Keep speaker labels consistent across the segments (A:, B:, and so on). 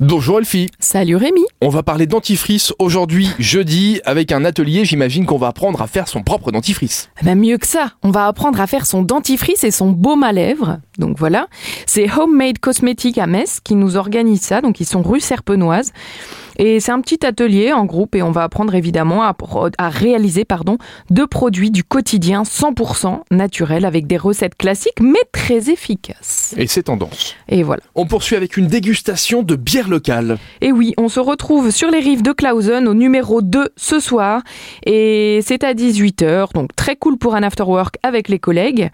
A: Bonjour Elfie.
B: Salut Rémi.
A: On va parler dentifrice aujourd'hui, jeudi, avec un atelier. J'imagine qu'on va apprendre à faire son propre dentifrice.
B: Eh ben, mieux que ça, on va apprendre à faire son dentifrice et son baume à lèvres. Donc voilà, c'est Homemade Cosmetics à Metz qui nous organise ça. Donc ils sont rue Serpenoise. Et c'est un petit atelier en groupe et on va apprendre évidemment à, pro- à réaliser pardon, deux produits du quotidien 100% naturels avec des recettes classiques mais très efficaces.
A: Et c'est tendance.
B: Et voilà.
A: On poursuit avec une dégustation de bière locale.
B: Et oui, on se retrouve sur les rives de Clausen au numéro 2 ce soir. Et c'est à 18h, donc très cool pour un afterwork avec les collègues.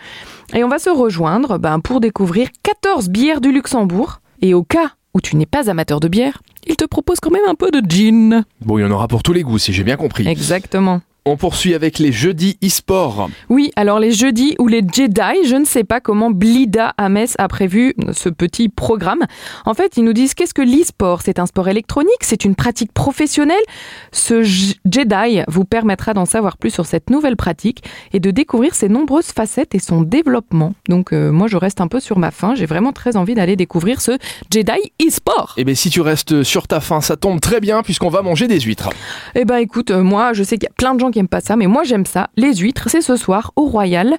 B: Et on va se rejoindre ben, pour découvrir 14 bières du Luxembourg. Et au cas où tu n'es pas amateur de bière, ils te proposent quand même un peu de gin.
A: Bon, il y en aura pour tous les goûts, si j'ai bien compris.
B: Exactement.
A: On poursuit avec les jeudis e-sport.
B: Oui, alors les jeudis ou les Jedi, je ne sais pas comment Blida à Metz a prévu ce petit programme. En fait, ils nous disent qu'est-ce que l'e-sport C'est un sport électronique, c'est une pratique professionnelle. Ce J- Jedi vous permettra d'en savoir plus sur cette nouvelle pratique et de découvrir ses nombreuses facettes et son développement. Donc euh, moi, je reste un peu sur ma faim, j'ai vraiment très envie d'aller découvrir ce Jedi e-sport.
A: Eh bien, si tu restes sur ta faim, ça tombe très bien, puisqu'on va manger des huîtres.
B: Eh ben écoute, euh, moi je sais qu'il y a plein de gens qui aiment pas ça, mais moi j'aime ça. Les huîtres, c'est ce soir au Royal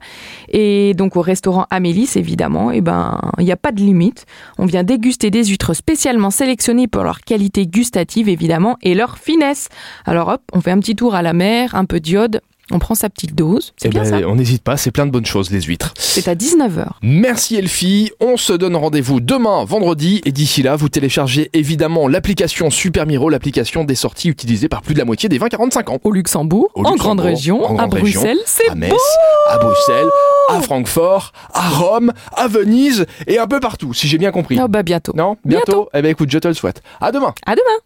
B: et donc au restaurant Amélis évidemment. Eh ben il n'y a pas de limite. On vient déguster des huîtres spécialement sélectionnées pour leur qualité gustative évidemment et leur finesse. Alors hop, on fait un petit tour à la mer, un peu d'iode. On prend sa petite dose, c'est
A: Eh
B: bien
A: ben,
B: ça.
A: on n'hésite pas, c'est plein de bonnes choses, les huîtres.
B: C'est à 19h.
A: Merci Elfie, on se donne rendez-vous demain vendredi et d'ici là vous téléchargez évidemment l'application Super Miro, l'application des sorties utilisées par plus de la moitié des 20-45 ans.
B: Au Luxembourg,
A: Au
B: en
A: Luxembourg,
B: grande région,
A: en grande
B: à
A: région,
B: Bruxelles, c'est
A: À Metz, à Bruxelles, à Francfort, à Rome, à Venise et un peu partout si j'ai bien compris.
B: Ah bah bientôt.
A: Non Bientôt, Eh ben écoute, je te le souhaite. À demain
B: À demain.